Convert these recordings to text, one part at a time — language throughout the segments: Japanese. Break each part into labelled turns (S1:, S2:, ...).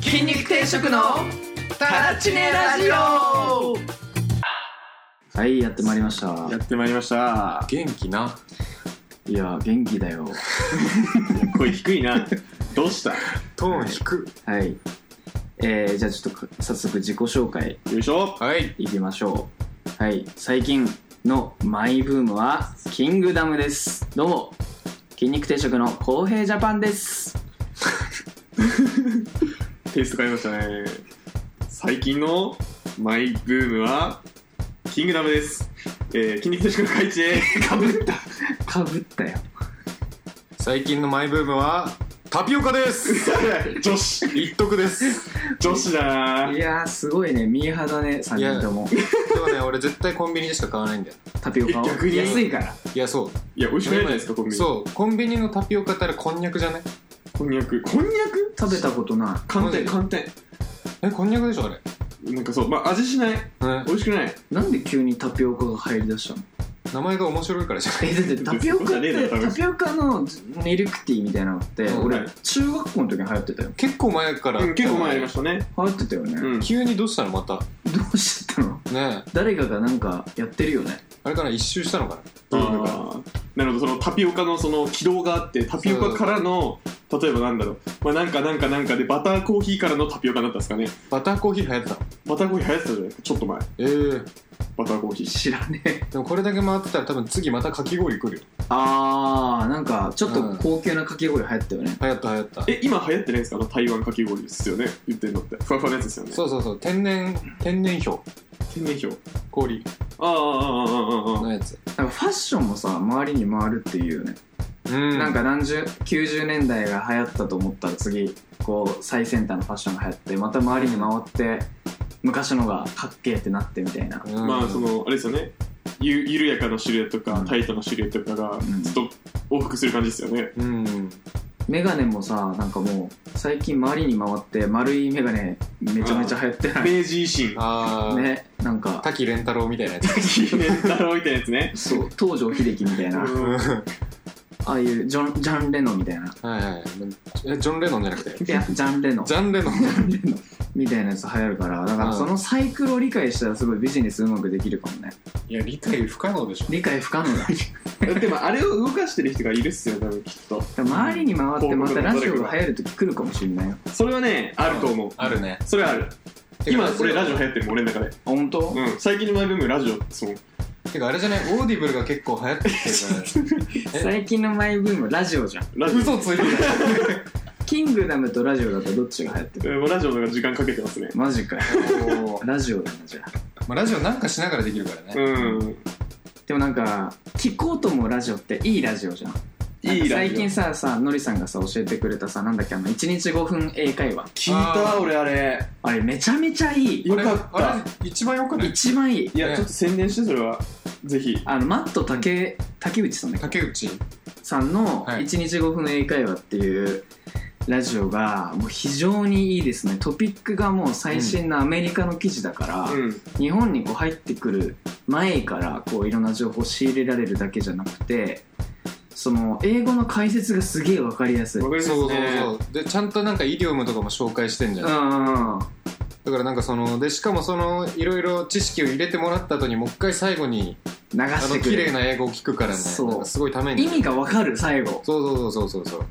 S1: 定食のタラチネラジオ
S2: はい、やってまいりました
S3: や。ってまいりました。
S1: 元気ない
S2: や、元気だよ。
S3: 声低いな。どうした
S1: トーン低く
S2: はい。えー、じゃあちょっとか早速自己紹介
S3: よいしょ
S1: はい
S2: いきましょう。はい、最近のマイブームは、キングダムです。どうも、筋肉定食の公平ジャパンです。
S3: テイスト変えましたね。最近のマイブームは、キングダムです。えー、筋肉定食の会知へ、かぶった。
S2: かぶったよ。
S1: 最近のマイブームはタピオカ です
S3: 女子。
S1: 一徳です
S3: 女子だない
S2: やー、すごいね、ミーハーだね、3人とも。
S1: でもね俺絶対コンビニでしか買わないんだよ
S2: タピオカを。
S3: え逆に
S2: 安いから。
S1: いやそう
S3: いや、美味しくないじゃないですか、コンビニ。う。
S1: そうコンビニのタピオカったらこんにゃくじゃない
S3: こんにゃく。こんにゃく
S2: 食べたことな
S3: 寒天、寒天。
S1: えこんにゃくでしょあれ
S3: なんかそう、まあ、味しない。
S1: うん
S3: 美味しくない。
S2: い。なんで急にタピオカが入り出したの
S1: 名前が面白いからじゃない
S2: えだってタピオカってタピオカのミルクティーみたいなのって
S1: うん
S2: 俺中学校の時に流行ってたよ
S1: 結構前から、
S3: うん、結構前ありましたね。
S2: 流行ってたよね、
S3: う
S2: ど
S3: ん。
S1: 急にどうしたのまた
S2: うしてたの
S1: ねえ
S2: 誰かがなんかやってるよね
S1: あれかな一周したのかな
S3: あーなるほどそのタピオカのその軌道があってタピオカからの例えばなんだろう、まあ、なんかなんかなんかでバターコーヒーからのタピオカだったんですかね
S1: バターコーヒー流行ってたの
S3: バターコーヒー流行ってたじゃないですかちょっと前
S1: ええ
S3: バターコーヒー
S2: 知らねえ
S1: でもこれだけ回ってたら多分次またかき氷来るよ
S2: あーなんかちょっと高級なかき氷流行ったよね、
S1: 流行った流行った
S3: え今流行ってないですかあの台湾かき氷ですよね言ってるのってふわふわのやつですよね
S1: そうそうそう天然天然氷
S3: 天然氷
S1: 氷
S3: ああああああああ
S1: のやつ
S2: なんかファッションもさ周りに回るっていうよね、
S1: うん
S2: なんか何十90年代が流行ったと思ったら次こう最先端のファッションが流行ってまた周りに回って昔のがかっけえってなってみたいな
S1: うん
S3: まあそのあれですよねゆ緩やかなシルエットか、
S2: うん
S3: タイトなシルエットかが
S2: ん
S3: ずっと往復する感じですよね、
S1: うん
S2: メガネもさなんかもう最近周りに回って丸いメガネめちゃめちゃ流行ってない
S3: 明治維 新
S1: ああ、
S2: ねなんか
S1: 滝蓮太郎みたいなやつ
S3: 記念太郎みたいなやつね
S2: そう東條英機みた いな
S3: う
S1: うん
S3: ん
S2: ああいうジョンジャン・レノンみたいな
S1: はいはいえジョン・レノンじゃなくて
S2: いやジャン・レノン
S1: ジャン・レノン
S2: みたいなやつ流行るからだから
S1: うん
S2: そのサイクルを理解したらすごいビジネスうまくできるかもね
S1: いや理解不可能でしょ
S2: 理解不可能だ
S3: でもあれを動かしてる人がいるっすよ多分きっと
S2: 周りに回ってまたラジオが流行る時来るかもしれないよ
S3: それはねあると思う
S1: あるね
S3: それはある今俺ラジオ流行ってるもん俺の中で
S2: あ本当、
S3: うん最近のマイブームラジオそう
S1: オてかあれじゃないオーディブルが結構流行ってきてるかえ
S2: 最近のマイブームラジオじゃん
S3: ラ
S1: ら
S3: ジオ
S1: 嘘ついてない
S2: キングダムとラジオだとどっちが流行ってる
S3: うんもうラジオの方が時間かけてますね
S2: マジかよ
S1: おー
S2: ラジオだなじゃあ
S1: まあラジオなんかしながらできるからね
S3: うん
S2: でもなんか聞こうともラジオっていいラジオじゃん
S3: いいラジオ
S2: なんか最近ささのりさんがさ教えてくれたさなんだっけあの1日5分英会話
S3: 聞
S1: あー
S3: 俺あれ
S2: あれめちゃめちゃいい
S3: よかった
S1: あれあれ一番よくない
S2: 一番いい
S3: いや
S1: ね
S3: ちょっと宣伝してそれはぜひ
S2: あのマット竹竹内さんだっけ
S1: 竹内
S2: さんの「
S1: はい
S2: 1日5分英会話」っていうラジオがもう非常にいいですねトピックがもう最新のアメリカの記事だから、
S3: うん
S2: 日本にこう入ってくる前からこういろんな情報を仕入れられるだけじゃなくてその英語の解説がすげえわかりやすい
S3: わかります
S1: そうそうそ
S3: ね
S1: うでちゃんとなんかイディオムとかも紹介してんじゃん
S2: うん
S1: だからなんかそのでしかもそのいろいろ知識を入れてもらった後にもう一回最後に
S2: 流
S1: あ
S2: し
S1: の
S2: てく
S1: 綺麗
S2: れる
S1: な英語を聞くからね
S2: そう
S1: なんかすごいために
S2: 意味がわかる最後
S1: そうそうそうそうそう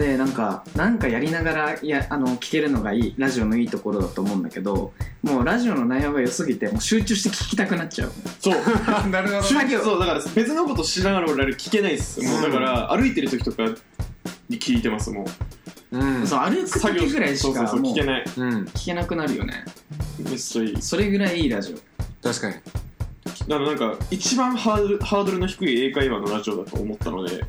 S2: でなんかなんかやりながらいやあの聞けるのがいいラジオのいいところだと思うんだけどもうラジオの内容が良すぎてもう集中して聞きたくなっちゃう
S3: そう
S1: そうなる ほど
S2: 作業
S3: そうだから別のことしながら俺あれ聞けないっすもうだから歩いてる時とかに聞いてますもう
S1: うん
S2: そう歩く時ぐらいし
S3: そう
S2: か
S3: そうそう
S2: もう
S3: 聞けない
S1: うん
S2: 聞けなくなるよね
S3: めっちゃいい
S2: それぐらいいいラジオ
S1: 確かに
S3: だからなんか一番ハードルハードルの低い英会話のラジオだと思ったので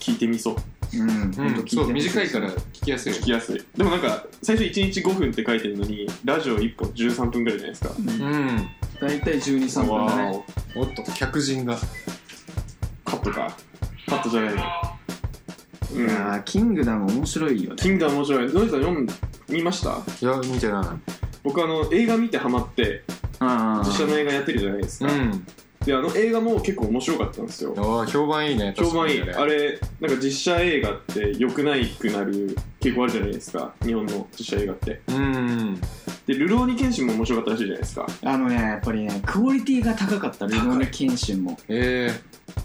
S3: 聞いてみそう
S2: うん、本
S1: う
S2: 当聞い
S1: ん
S2: て
S1: そう
S2: みて
S1: 短いから聞きやすいよ
S3: 聞きやすいでもなんか最初1日5分って書いてるのにラジオ1本13分ぐらいじゃないですか
S1: うん
S2: 大体1 2三3分だね
S3: わー
S1: おっと客人が
S3: カットかカットじゃないの
S2: いや
S3: うん
S2: ーキングダム面白いよね
S3: キングダム面白いノイさん読ん見ました
S1: いや見てな
S3: 僕あの映画見てハマって
S2: あ
S3: 実写
S2: あ
S3: の映画やってるじゃないです
S1: い
S3: か、
S1: うん
S3: であの映画も結構面白かったんですよ
S1: ああ評判いいね
S3: 評判いい
S1: 確
S3: あ
S1: かに
S3: れなんか実写映画って良くないくなる傾向あるじゃないですか日本の実写映画って
S1: うん
S3: で「流浪に剣心」も面白かったらしいじゃないですか
S2: あのねやっぱりねクオリティが高かったルノーニケンシンも
S1: え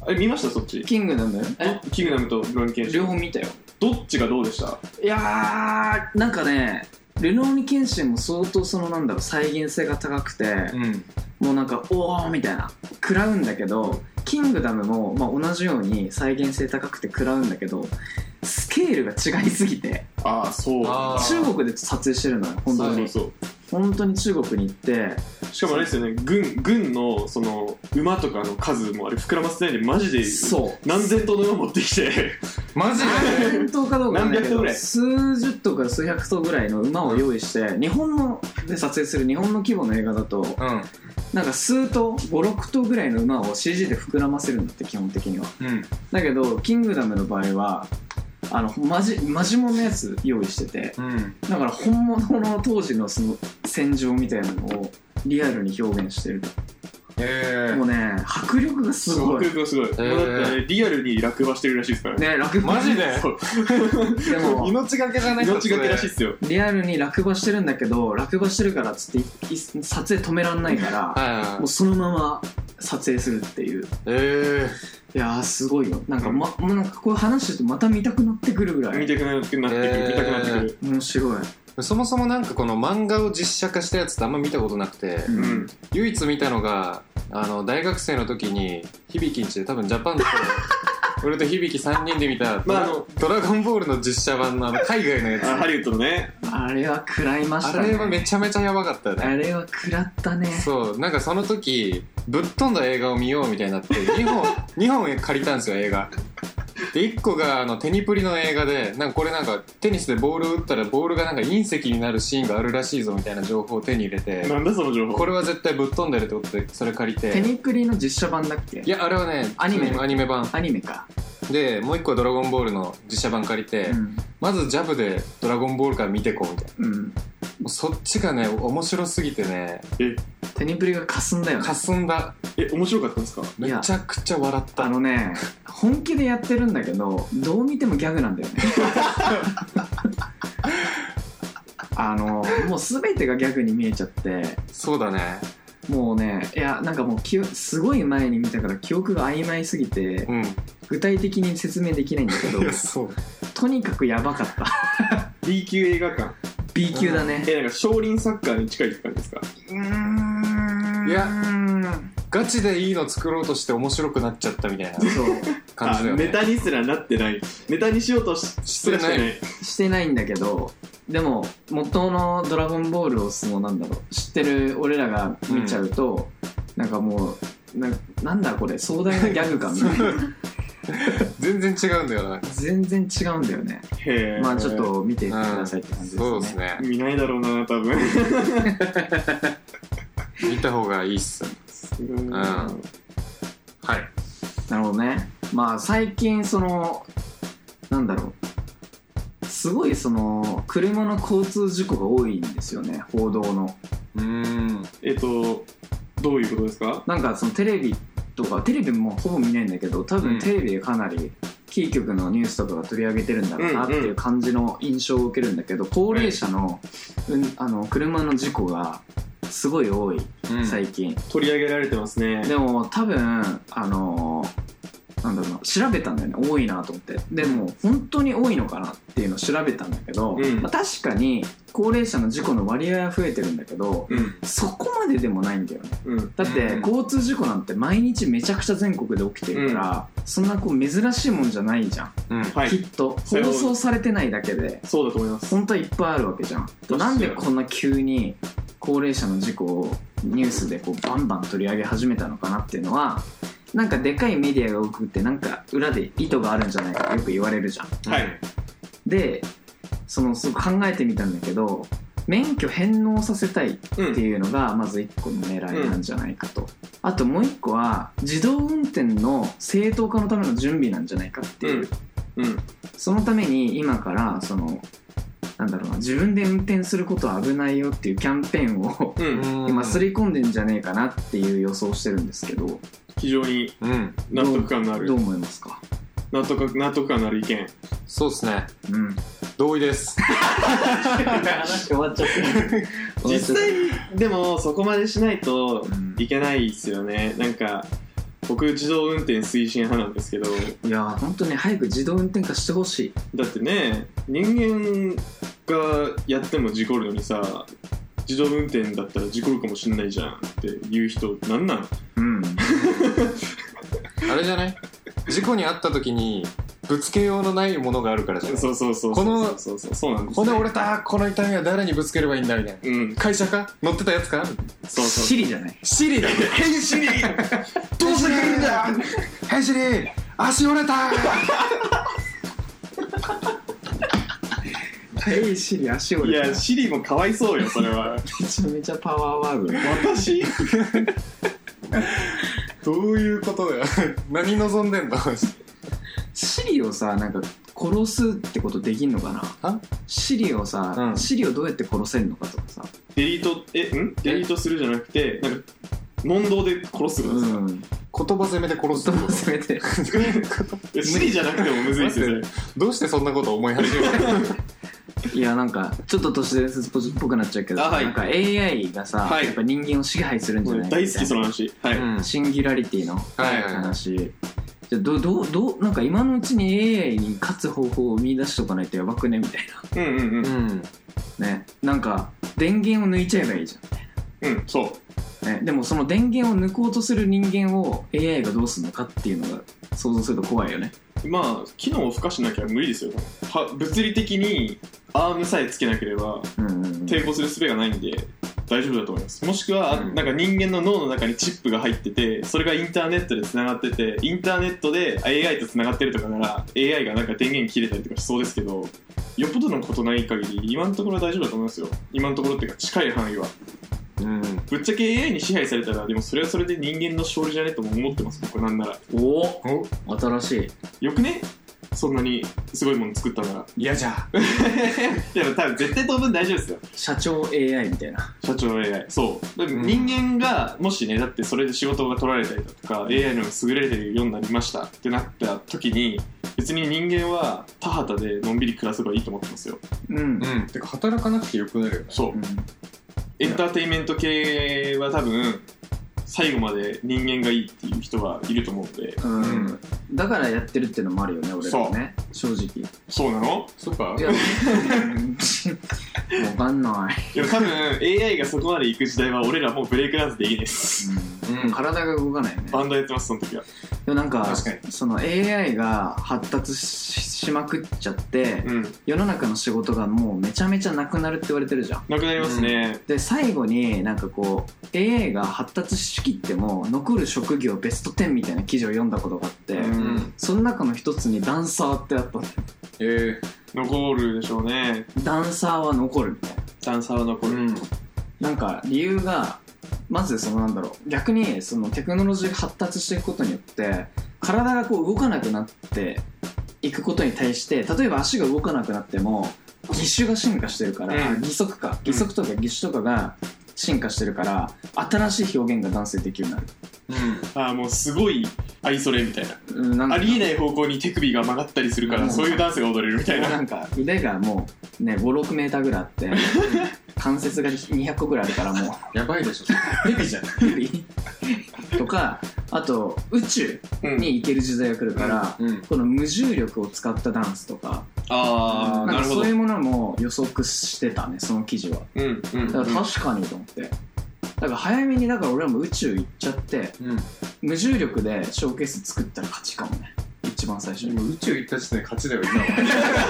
S3: あれ見ましたそっち
S2: キングダム
S3: どキングダムと「流浪に剣心
S2: 両方見たよ」
S3: どっちがどうでした
S2: いやーなんかねルノーニケンシンも相当そのなんだろう再現性が高くて、
S1: えうん
S2: もうなんかおーみたいな食らうんだけどキングダムも、まあ、同じように再現性高くて食らうんだけどスケールが違いすぎて
S3: ああそう
S1: あー
S2: 中国で撮影してるのよ本当
S3: そう
S2: に
S3: そう
S2: 本当に中国に行って
S3: しかもあれですよね軍軍のその馬とかの数もあれ膨らませないでマジで
S2: そう
S3: 何千頭の馬持ってきて
S1: マジで
S2: 何頭かどうかわかんないけ
S3: 何百頭
S2: ど
S3: ぐらい
S2: 数十頭から数百頭ぐらいの馬を用意して日本ので撮影する日本の規模の映画だと
S1: う
S2: なんか数頭56頭ぐらいの馬を CG で膨らませるんだって基本的には
S1: んうん
S2: だけどキングダムの場合はあのマジマジモンのやつ用意してて
S1: うん
S2: だから本物の当時のその戦場みたいなのをリアルに表現してる
S1: え
S2: もうね迫力がすご
S3: 迫
S2: い
S3: 力がすごい、
S1: ー
S3: もうだってあれリアルに落馬してるらしいですからね
S2: ね落
S1: え
S2: 馬
S1: マジで
S3: そう
S2: でも
S1: 命がけじゃない
S3: 命がけらしいっ
S1: い
S3: すよ
S2: リアルに落馬してるんだけど落馬してるからっつっていい撮影止めらんないから
S1: はいはい
S2: もうそのまま撮影するっていう
S1: え
S2: いやーすごいよなんか,、ま、もうなんかこういう話してるとまた見たくなってくるぐら
S3: 見
S2: い
S3: たくなってくる、
S1: えー
S3: 見たくなってくる、
S2: 面白い、
S1: えそもそもなんかこの漫画を実写化したやつってあんま見たことなくて
S3: うん、
S1: 唯一見たのがあの大学生の時に響きんちで多分ジャパンと 俺と響き3人で見た「
S3: まああの
S1: ドラゴンボール」の実写版のあの海外のやつ
S3: あハリウッドのね
S2: あれは食らいまし
S1: あ
S2: たね
S1: れはめちゃめちゃやばかったね
S2: あれは食らったね
S1: そうなんかその時ぶっ飛んだ映画を見ようみたいになって2本 2本借りたんですよ映画で1個があのテニプリの映画でなんかこれなんかテニスでボール打ったらボールがなんか隕石になるシーンがあるらしいぞみたいな情報を手に入れて
S3: なんだその情報
S1: これは絶対ぶっ飛んでるってことでそれ借り
S2: テ
S1: て
S2: ニプリの実写版だっけ
S1: いやあれはね
S2: アニメ
S1: アニメ版
S2: アニメか、
S1: でもう1個は「ドラゴンボール」の実写版借りて、
S2: うん
S1: まずジャブで「ドラゴンボール」から見てこうみたいな
S2: うん、
S1: もうそっちがね面白すぎてね
S3: え
S2: テニプリがかすんだよね
S1: かすんだ
S3: え面白かったんですか
S1: めちゃくちゃ笑った
S2: あのね本気でやってるんだけどどう見てもギャグなん だよねあのもう全てがギャグに見えちゃって
S1: そうだね
S2: もうねいやなんかもう記憶すごい前に見たから記憶が曖昧すぎて
S1: うん
S2: 具体的に説明できないんだけど
S1: そう
S2: とにかくやばかった
S3: B 級映画館
S2: B 級だね
S3: えなんか少林サッカーに近い感じですか
S2: うーん
S1: いやガチでいいの作ろうとして面白くなっちゃったみたいな
S2: そう
S1: 感じだよ
S3: あネ
S1: ね
S3: タにすらなってないネタにしようとしすらしてない
S2: してないんだけどでも元の「ドラゴンボール」をそのなんだろう知ってる俺らが見ちゃうと、なんかもうななんだこれ壮大なギャグかみ たいな
S1: 全然違うんだよな
S2: 全然違うんだよね
S3: へえ
S2: まあちょっと見てくださいって感じですね、
S1: そうですね
S3: 見ないだろうな多分
S1: 見た方がいいっす
S3: すごいな
S1: うんはい
S2: なるほどねまあ最近そのなんだろうすごいその車の交通事故が多いんですよね報道の
S1: うーん
S3: えっとどういうことですか
S2: なんかそのテレビとかテレビもほぼ見ないんだけど多
S1: うん
S2: 分テレビでかなりキー局のニュースとかが取り上げてるんだろうなっていう感じの印象を受けるんだけど高齢者の,、うん、あの車の事故がすごい多い
S1: うん
S2: 最近、
S3: 取り上げられてますね
S2: でも多分あのなんだろうな調べたんだよね多いなと思ってでも本当に多いのかなっていうのを調べたんだけど、
S3: うん
S2: まあ、確かに高齢者の事故の割合は増えてるんだけど
S3: うん
S2: そこまででもないんだよね
S3: うん
S2: だって
S1: うん
S2: 交通事故なんて毎日めちゃくちゃ全国で起きてるから、そんなこう珍しいもんじゃないじゃん、
S1: うん
S3: はい
S2: きっと
S3: それ
S2: 放
S3: は
S2: 送されてないだけで
S3: そうだと思います
S2: 本当はいっぱいあるわけじゃん
S3: そう
S2: なんでこんな急に高齢者の事故をニュースでこうバンバン取り上げ始めたのかなっていうのはなんかでかいメディアが多くってなんか裏で意図があるんじゃないかってよく言われるじゃん
S3: はい
S2: でそのすごく考えてみたんだけど免許返納させたいっていうのがまず1個の狙いなんじゃないかと、あともう1個は自動運転の正当化のための準備なんじゃないかっていう、
S3: うんうん
S2: そのために今からそのなんだろうな自分で運転することは危ないよっていうキャンペーンを
S3: う
S1: うんん
S2: 今すり込んでんじゃねえかなっていう予想してるんですけど
S3: 非常に
S1: うん
S3: 納得感のあ
S2: ど
S3: る
S2: う思いますか
S3: 納得納得感のある意見
S1: そうですね
S2: うん
S1: 同意です
S2: 話終わっちゃって
S3: 実際にでもそこまでしないと
S2: うん
S3: いけないですよねなんか僕自動運転推進派なんですけど
S2: いやー本当ね早く自動運転化してほしい
S3: だってね人間がやっても事故るのにさ自動運転だったら事故るかもしんないじゃんっていう人なんなん
S2: うん
S1: あれじゃない事故に遭った時にぶつけようのないものがあるからじゃない
S3: そうそうそうそう
S1: この
S3: そうそうそうなんですよ
S1: 骨折れたこの痛みは誰にぶつければいいんだみたいな
S3: うん
S1: 会社か乗ってたやつか
S3: そうそう
S2: シリじゃ ない
S1: シリだって
S3: 変身に
S1: どうすりゃいいんだヘンシリ足折れた
S2: はいシリ足
S3: い
S2: 折れた
S3: やシリもかわいそうよそれは
S2: めちゃめちゃパワーワード
S3: 私
S1: どういうことだよ何望んでんの
S2: シリをさなんか殺すってことできんのかな
S1: あ
S2: シリをさ、
S1: うん
S2: シリをどうやって殺せるのかとかさ、
S3: デリートえんデリートするじゃなくてなんか問答で殺すってこと
S2: う
S3: ですか、
S2: ん、
S1: 言葉攻めで殺す
S2: 言葉を攻めて
S3: いやシリじゃなくてもむずいですよそれ
S1: どうしてそんなこと思い始めたの
S2: いやなんかちょっと都市伝説っぽくなっちゃうけど、
S3: あはい
S2: なんか AI がさ、
S3: はい
S2: やっぱ人間を支配するんじゃない
S3: もう
S2: みたい
S3: 大
S2: な
S3: 好きその話はい、
S1: うん
S2: シンギュラリティの
S1: はいはいはい
S2: 話、じゃあどどうどうなんか今のうちに AI に勝つ方法を見出しとかないとやばくねみたい
S3: うんうんうん
S1: うん
S2: なねなんか電源を抜いちゃえばいいじ
S3: うんそう
S2: ゃん、ね、でもその電源を抜こうとする人間を AI がどうするのかっていうのが想像すると怖いよね
S3: まあ機能を付加しなきゃ無理ですよは物理的にアームさえつけなければ
S2: うんうんうん
S3: 抵抗する術がないんで大丈夫だと思いますもしくは、
S1: うん
S3: なんか人間の脳の中にチップが入っててそれがインターネットでつながっててインターネットで AI とつながってるとかなら AI がなんか電源切れたりとかしそうですけどよっぽどのことない限り今のところは大丈夫だと思いますよ今のところっていうか近い範囲は
S1: うん
S3: ぶっちゃけ AI に支配されたらでもそれはそれで人間の勝利じゃねとも思ってます僕なんなら
S2: お
S1: お
S2: お新しい
S3: よくねそんなにすごいもの作ったなら
S1: 嫌じゃ
S3: でも多分絶対当分大丈夫ですよ
S2: 社長 AI みたいな
S3: 社長 AI そうだから
S1: うん
S3: 人間がもしねだってそれで仕事が取られたりだとか AI の優れてるようになりましたってなった時に別に人間は田畑でのんびり暮らせばいいと思ってますよ
S2: うん
S1: うんてか働かなくてよくなるよね
S3: そうエンターテインメント系は多分最後まで人間がいいっていう人はいると思うんで
S2: うん、うんだからやってるってのもあるよね俺らもね正直
S3: そうなの
S1: そうか
S2: いやわかんない
S3: でも多分 AI がそこまで行く時代は俺らもうブレイクダンスでいいです
S1: うん
S2: もう体が動かないよね
S3: バンドやってますその時は
S2: でもなんか
S1: 確か
S2: その AI が発達ししまくっちゃって、
S3: うん
S2: 世の中の仕事がもうめちゃめちゃなくなるって言われてるじゃん
S3: なくなりますね、
S2: で最後になんかこう AI が発達しきっても残る職業ベスト10みたいな記事を読んだことがあって、
S3: うん
S1: うん
S2: その中の一つにダンサーってあったんだよ
S1: え
S3: 残るでしょうね
S2: ダンサーは残るみたいな
S3: ダンサーは残
S1: え
S3: る、
S1: うん
S2: なんか理由がまずそのなんだろう逆にそのテクノロジーが発達していくことによって体がこう動かなくなっていくことに対して例えば足が動かなくなっても義手が進化してるから、
S3: う
S2: あ
S3: ん
S2: 義足か義足とか義手とかが進化してるから新しい表現が男性できるようにな
S1: うん
S3: ああもうすごい愛それみたいな
S2: るうんなんか
S3: ありえない方向に手首が曲がったりするから、
S2: うん
S3: そういうダンスが踊れるみたいな、
S2: なんか腕がもうね56メーターぐらいあって 関節が200個ぐらいあるからもう
S1: やばいでしょ蛇じゃん
S2: 指 とかあと宇宙
S3: うん
S2: に行ける時代が来るから、
S1: うん
S2: この無重力を使ったダンスとか
S3: ああ
S2: なん
S3: な
S2: か
S3: るほ
S2: そう
S3: ど
S2: いうものも予測してたねその記事は
S3: うんうん
S2: だから確かにと思ってだから早めにだから俺らも宇宙行っちゃって
S1: うん
S2: 無重力でショーケース作ったら勝ちかもね一番最初
S1: で
S2: に
S1: も宇宙行った時点で勝ちだよ今は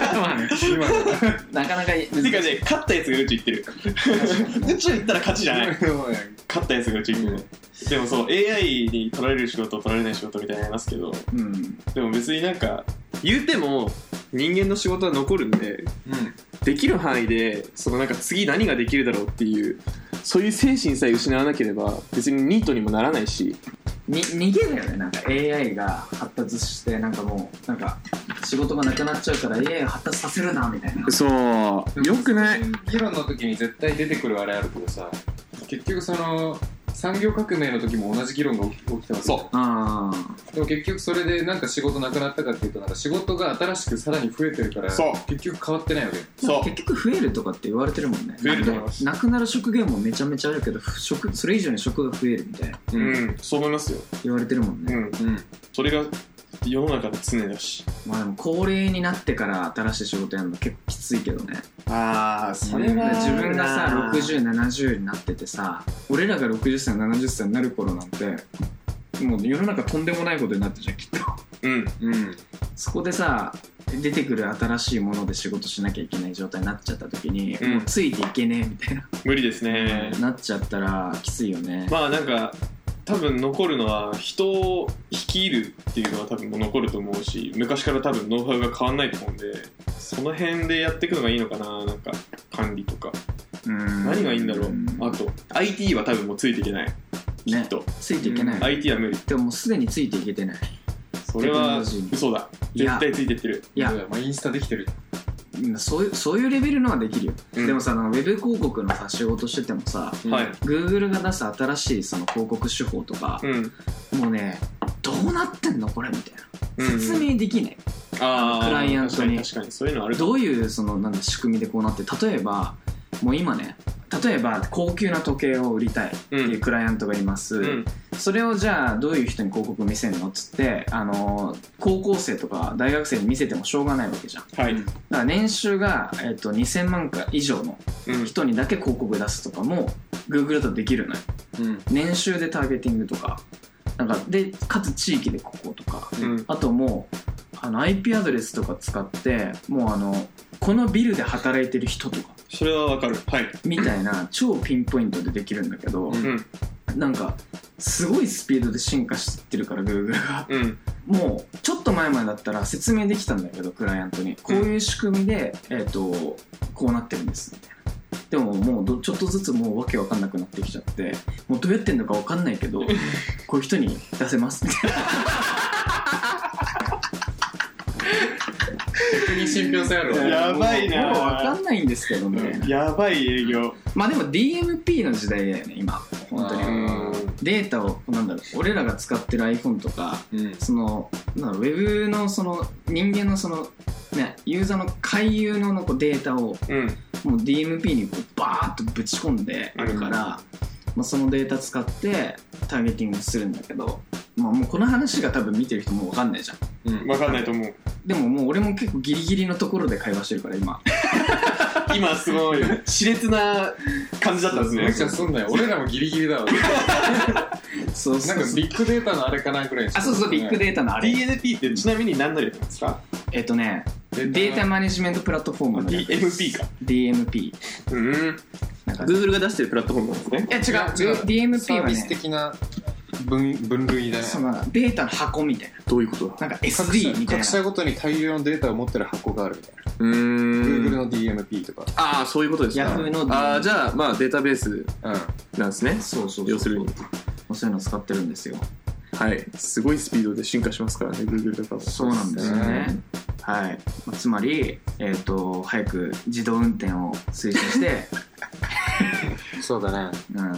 S1: 今
S2: なかなか難
S3: て
S2: しい
S3: かね勝ったやつが宇宙行ってる宇宙行ったら勝ちじゃない
S1: の
S3: 勝ったやつが宇宙行ってる、でもそう AI に取られる仕事取られない仕事みたいになりますけど
S2: うん
S3: でも別になんか言うても人間の仕事は残るんで
S1: うん
S3: できる範囲でそのなんか次何ができるだろうっていうそういう精神さえ失わなければ別にニートにもならないし
S2: に逃げだよねなんか AI が発達してなんかもうなんか仕事がなくなっちゃうから AI を発達させるなみたいな
S3: そうよくない
S1: 議論の時に絶対出てくるあれあるけどさ結局その産業革命の時も同じ議論が起き起きてます
S3: そ
S2: あ
S1: でも結局それでなんか仕事なくなったかっていうとなんか仕事が新しくさらに増えてるから
S3: そう
S1: 結局変わってないわけよ
S2: あ
S3: そう
S2: 結局増えるとかって言われてるもんね
S3: 増えると思います
S2: なくなる職業もめちゃめちゃあるけど職それ以上に職が増えるみたいな
S3: う
S1: う
S3: うんそう思いますよ
S2: 言われてるもんね、
S3: うん
S1: うん
S3: それが世の中の常だし
S2: まあでも高齢になってから新しい仕事やるの結構きついけどね
S3: ああそ
S2: 自分がさ6070になっててさ俺らが60歳70歳になる頃なんてもう世の中とんでもないことになってるじゃんきっと
S3: うん
S1: うん
S2: そこでさ出てくる新しいもので仕事しなきゃいけない状態になっちゃった時に、
S3: うん
S2: もうついていけねえみたいな、
S3: 無理ですね
S2: なっちゃったらきついよね、
S3: まあなんか多分残るのは人を率いるっていうのは多分もう残ると思うし昔から多分ノウハウが変わんないと思うんでその辺でやっていくのがいいのかななんか管理とか
S2: うん
S3: 何がいいんだろうあ
S2: あ
S3: と IT は多分もうついていけないき
S2: ね
S3: っと
S2: ついていけない、
S3: IT は無理
S2: でももうすでについていけてない
S3: それは
S2: テクノロジーに
S3: 嘘だ
S2: いや
S3: 絶対ついてってる
S2: いや
S1: まあインスタできてる
S2: うんそういうそういうレベルのはできるよ、
S3: うん
S2: でもさあのウェブ広告のさ仕事しててもさ
S1: うん
S3: はい
S2: Google が出す新しいその広告手法とか
S3: う、ん
S2: もうねどうなってんのこれみたいな
S3: うん
S2: 説明できない、
S3: あー
S2: クライアントに
S3: 確か確かにそういうのある
S2: どういうそのなんだ仕組みでこうなって例えばもう今ね例えば高級な時計を売りたいっていうクライアントがいます、
S3: うん
S2: それをじゃあどういう人に広告見せるのっつってあの高校生とか大学生に見せてもしょうがないわけじゃんだ
S3: はい、うん
S2: から年収が、えっと2000万か以上の人にだけ広告出すとかも Google だとできるのよ
S1: うん
S2: 年収でターゲティングとかなんかでかつ地域でこことか
S3: うん
S2: あともうあの IP アドレスとか使ってもうあのこのビルで働いてる人とか
S3: それはわかるはい
S2: みたいな超ピンポイントでできるんだけど、
S1: うん
S3: うん
S2: なんかすごいスピードで進化してるから Google が
S3: うん
S2: もうちょっと前までだったら説明できたんだけどクライアントにこういう仕組みで、えっとこうなってるんですみたいなでももうどちょっとずつもうわけわかんなくなってきちゃってもうどうやってんのかわかんないけどこういう人に出せますみたいな
S1: 逆に信憑性あるわ
S3: いやばいな
S2: もうわかんないんですけどみたいな、
S3: やばい営業
S2: まあでも DMP の時代だよね今本当
S1: う
S2: に
S1: ん
S2: データをなんだろう俺らが使ってる iPhone とか
S1: うん
S2: そのなんだろうウェブのその人間のそのねユーザーの回遊のこうデータを
S3: うん
S2: もう DMP にこうバーッとぶち込んであるから、
S1: うん
S2: まあ、そのデータ使ってターゲティングするんだけど、まあ、もうこの話が多分見てる人もう分かんないじゃん
S1: うん
S3: わかんないと思う
S2: でももう俺も結構ギリギリのところで会話してるから今
S3: 今すごい熾烈な感じだったん
S1: め
S3: で
S1: っち
S3: す
S1: ゃ
S3: ね
S1: すんなよ俺らもギリギリだわ
S2: そう
S1: な
S2: そ
S1: ん
S2: う
S1: か
S2: そう
S1: ビッグデータのあれかなぐらいにし
S2: あそうそうビッグデータのあれ
S3: DNP ってちなみに何の略なんですか
S2: えっとね
S1: デ
S2: データマネジメントプラットフォームの略です
S3: DMP か
S2: DMP
S3: うん
S2: なんか
S3: Google が出してるプラットフォームなんですね
S2: いや違う
S1: 違う
S2: DMP
S1: サー
S2: は
S1: ビス
S2: ね
S1: 的な分分類だね
S2: そのデータの箱みたい
S3: どういうことだ
S2: ななんか
S1: 各
S2: SD
S1: 社
S2: みたい
S1: 各
S2: な
S1: 社ごとに大量のデータを持ってる箱があるみたいな
S4: うー
S1: Google
S4: ん。
S1: の DMP とか
S4: ああ、そういうことですか。
S2: Yahoo の
S4: ああ、じゃあ、まあ、データベース
S1: うん
S4: なんですね。
S2: そうそうそう
S4: 要するに。
S2: そういうの使ってるんですよ
S4: はい。すごいスピードで進化しますからね、Google とかも。
S2: そうなんですよね。はい。まあつまり、えっ、と、早く自動運転を推進して、
S1: そうだね
S2: うん。
S3: も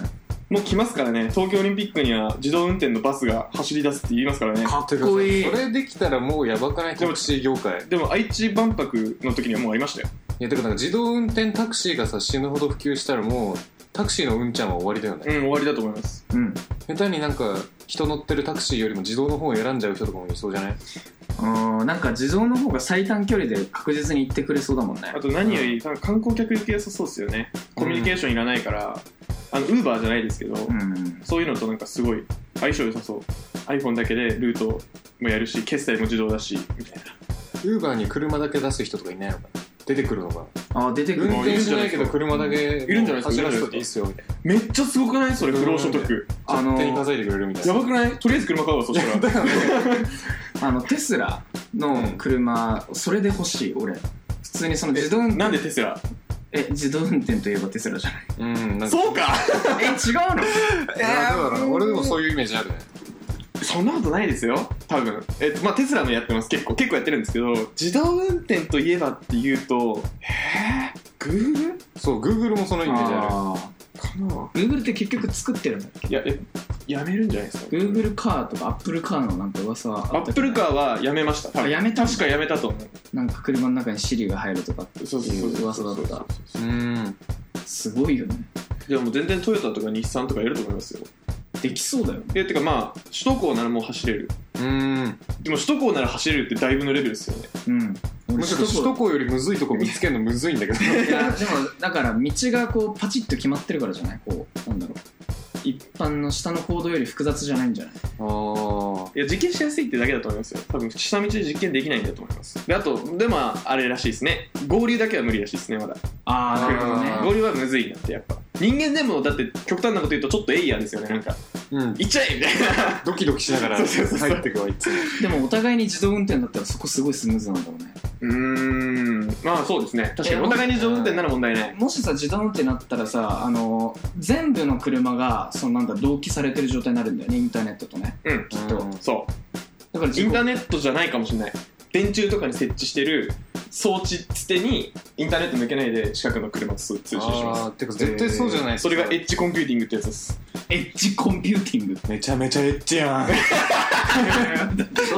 S3: う来ますからね東京オリンピックには自動運転のバスが走り出すって言いますからね
S2: かっこいい。
S1: それできたらもうやばくないタクシー業界い
S3: でも愛知万博の時にはもうありましたよ
S1: やてかなんか自動運転タクシーがさ死ぬほど普及したらもうタクシーのうんちゃんは終わりだよ
S3: う
S1: ね
S3: ん終わりだと思います
S2: うん。
S1: 下手になんか人乗ってるタクシーよりも自動の方を選んじゃう人とかもいそうじゃない
S2: うんなんか自動の方が最短距離で確実に行ってくれそうだもんね
S3: あ。と何より多分観光客行きやすそうですよねコミュニケーションいらないからあの Uber じゃないですけど
S2: うん。
S3: そういうのとなんかすごい相性良さそう iPhone だけでルートもやるし決済も自動だしみたいな
S1: ウーバーに車だけ出す人とかいないのかな出てくるのか
S2: あ、出てく
S1: 運
S2: る。
S1: 転しないけど車だけ
S3: るんじゃないですか
S1: 走らせといていいっすよみたいな
S3: めっちゃすごくないそれ不労所得
S2: あ
S1: 勝手に
S2: の、
S1: 稼いでくれるみたい
S3: や
S1: な
S3: ばくないとりあえず車買うわそし たら
S2: あのテスラの車、それで欲しい、俺。普通にその自動運
S3: なん
S2: 転、
S3: でテスラ
S2: え、自動運転といえばテスラじゃ ない。
S1: うんなんか
S3: そうか
S2: え、違うの
S1: いやどうだろうな俺でもそういうイメージあるね
S3: そんなことないですよ多分えっとまあテスラのやってます結構結構やってるんですけど自動運転といえばっていうとえー、グーグル
S1: そう Google もそのイメージある
S2: あ
S3: かな
S2: Google って結局作ってるの
S3: いやえやめるんじゃないですか
S2: Google カーとか Apple カーのなんか噂は
S3: アップルカーはやめました多
S2: あ
S3: 分
S2: やめた
S3: 確かやめたと思う
S2: なんか車の中に Siri が入るとか
S3: そうそうそう
S2: 噂だった
S3: そうそうそうう
S1: ーん
S2: すごいよね
S3: でも全然トヨタとか日産とかやると思いますよ
S2: できそうだよね
S3: えてかまあ首都高ならもう走れる
S1: うーん
S3: でも首都高なら走れるってだいぶのレベルですよね
S2: うん俺
S1: むしろ首都高よりむずいとこ見つけるのむずいんだけど
S2: いやでもだから道がこうパチッと決まってるからじゃないこうなんだろう一般の下の行動より複雑じゃないんじゃない
S1: あ
S3: いや実験しやすいってだけだと思いますよ多分下道で実験できないんだと思いますであとでもあれらしいですね合流だけは無理らしいですねまだ
S2: ああなるほどね
S1: あー
S3: 合流はむずいなってやっぱ人間でもだって極端なこと言うとちょっとエイヤーですよねなんか
S1: あうん
S3: 「いっちゃえ!」みたいな
S1: ドキドキしながら
S3: そうそうそうそう
S1: 入ってくわいつも
S2: でもお互いに自動運転だったらそこすごいスムーズなんだろうね
S3: うーんまあそうですね確かにお互いに自動運転なら問題ない
S2: もしさ自動運転になったらさあの全部の車がそのなんだ同期されてる状態になるんだよねインターネットとね
S3: うん
S2: きっと
S3: そ
S2: だから
S3: うイ
S2: 自
S3: ンター
S2: 動
S3: ネットじゃないかもしれない電柱とかに設置してる装置つてにインターネット抜けないで近くの車と通通信しま
S1: あーてか絶対そうじゃない
S3: すそれがエッジコンピューティングってやつです
S2: エッジコンピューティング
S1: めちゃめちゃエッチやん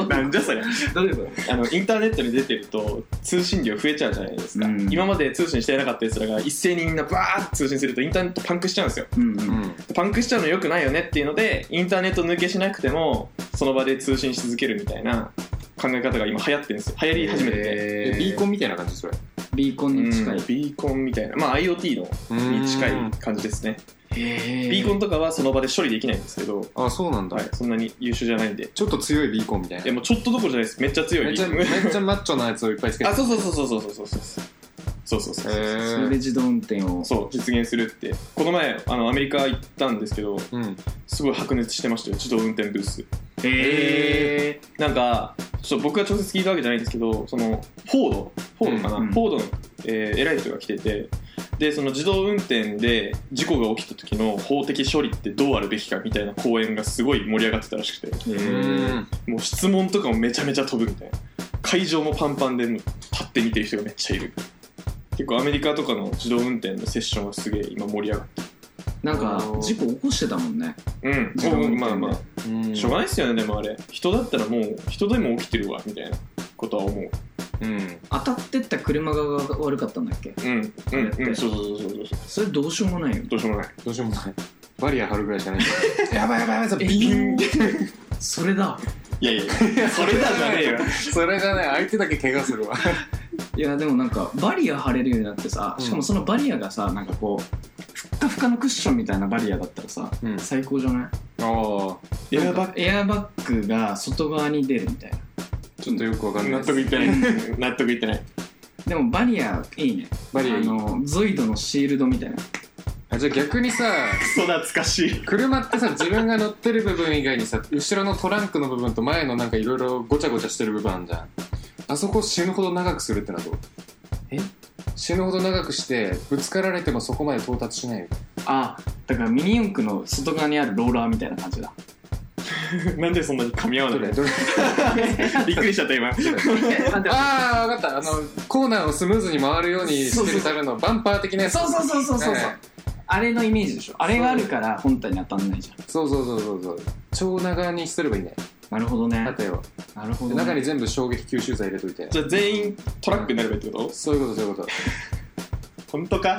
S3: なんじゃそれ
S2: どういうこと
S3: あのインターネットに出てると通信量増えちゃうじゃないですか、
S2: うん
S3: 今まで通信してなかったやつらが一斉にみんなバーッと通信するとインターネットパンクしちゃうんですよ
S2: うんう
S1: うんん
S3: パンクしちゃうのよくないよねっていうのでインターネット抜けしなくてもその場で通信し続けるみたいな考え方が今流行ってるんですよ流行り始めてて、
S1: え
S2: え
S1: ビーコ
S2: ン
S1: ンみたいな感じそれ
S2: ビーコン
S3: うん
S2: に近い、
S3: ビーコンみたいなまあ IoT のに近い感じですね
S2: へ
S3: ビーコンとかはその場で処理できないんですけど、
S1: あそうなんだ、
S3: はい、そんなに優秀じゃないんで
S1: ちょっと強いビーコンみたい
S3: いや
S1: な
S3: もうちょっとどころじゃないですめっちゃ強い
S1: めっ
S3: ビ
S1: ちゃ
S3: ーコン
S1: めっちゃマッチョなやつをいっぱいつけて
S3: あそうそうそうそうそうそうそうそうそうそうそう
S1: へー
S2: それで自動運転を
S3: そう実現するってこの前あのアメリカ行ったんですけど
S1: うん
S3: すごい白熱してましたよ自動運転ブース
S2: へえ
S3: なんかちょっと僕が直接聞いたわけじゃないんですけどそのフォードフォードかな、
S2: うんうん
S3: フォードの、えー偉い人が来ててでその自動運転で事故が起きた時の法的処理ってどうあるべきかみたいな講演がすごい盛り上がってたらしくて
S2: へ
S1: うん
S3: もう質問とかもめちゃめちゃ飛ぶみたいな会場もパンパンでもう立って見てる人がめっちゃいる結構アメリカとかの自動運転のセッションがすげえ今盛り上がって
S2: なんか
S1: あのー
S2: 事故起こしてたもんね
S3: うん
S2: 自動運転ね
S3: まあまあ
S1: うん
S3: しょうがないっすよねでもあれ人だったらもう人でも起きてるわみたいなことは思う
S1: うん
S2: 当たってった車側が悪かったんだっけ
S3: うんうんうんそうそうそうそうそう
S2: それどうしようもないよ
S3: どうしようもない
S1: どうしようもないバリア張るぐらいしかないやばいやばいやばい
S2: ビーンそれだ
S3: いやいやいやそれだじゃねえよ
S1: それがね相手だけ怪我するわ
S2: いやでもなんかバリア張れるようになってさ
S1: うん
S2: しかもそのバリアがさなんかこうふっかふかのクッションみたいなバリアだったらさ
S1: うん
S2: 最高じゃない
S1: ああ
S3: エアバッ
S2: エアバッグが外側に出るみたいな
S1: ちょっとよくわかん
S3: グ
S1: ない
S3: 納
S1: で
S3: 得い
S1: す
S3: ってない納得いってない
S2: でもバリアいいね
S1: バリアいい
S2: あのゾイドのシールドみたいな
S1: あじゃあ逆にさ
S3: クソ懐かしい
S1: 車ってさ自分が乗ってる部分以外にさ後ろのトランクの部分と前のなんかいろいろごちゃごちゃしてる部分あるじゃんあそこ死ぬほど長くするってなどう
S2: え
S1: 死ぬほど長くしてぶつかられてもそこまで到達しないよ
S2: あだからミニ四駆の外側にあるローラーみたいな感じだ
S3: なんでそんなに噛み合わ
S1: ど
S3: ない
S1: れ
S3: の
S1: どれ
S3: びっくりしちゃった今
S1: ああ分かったあのコーナーをスムーズに回るようにしてるためのバンパー的なやつ
S2: そうそうそうそうそうそう、
S1: ね
S2: あれのイメージでしょあれがあるから本体に当たんないじゃん
S1: そうそうそうそうそう超長にすればいいね
S2: なるほどね
S1: 縦を
S2: なるほ
S1: で
S2: ど、ね、
S1: 中に全部衝撃吸収剤入れといて
S3: じゃあ全員トラックになればいいってこ
S1: そういうことそういうこと
S3: と本当か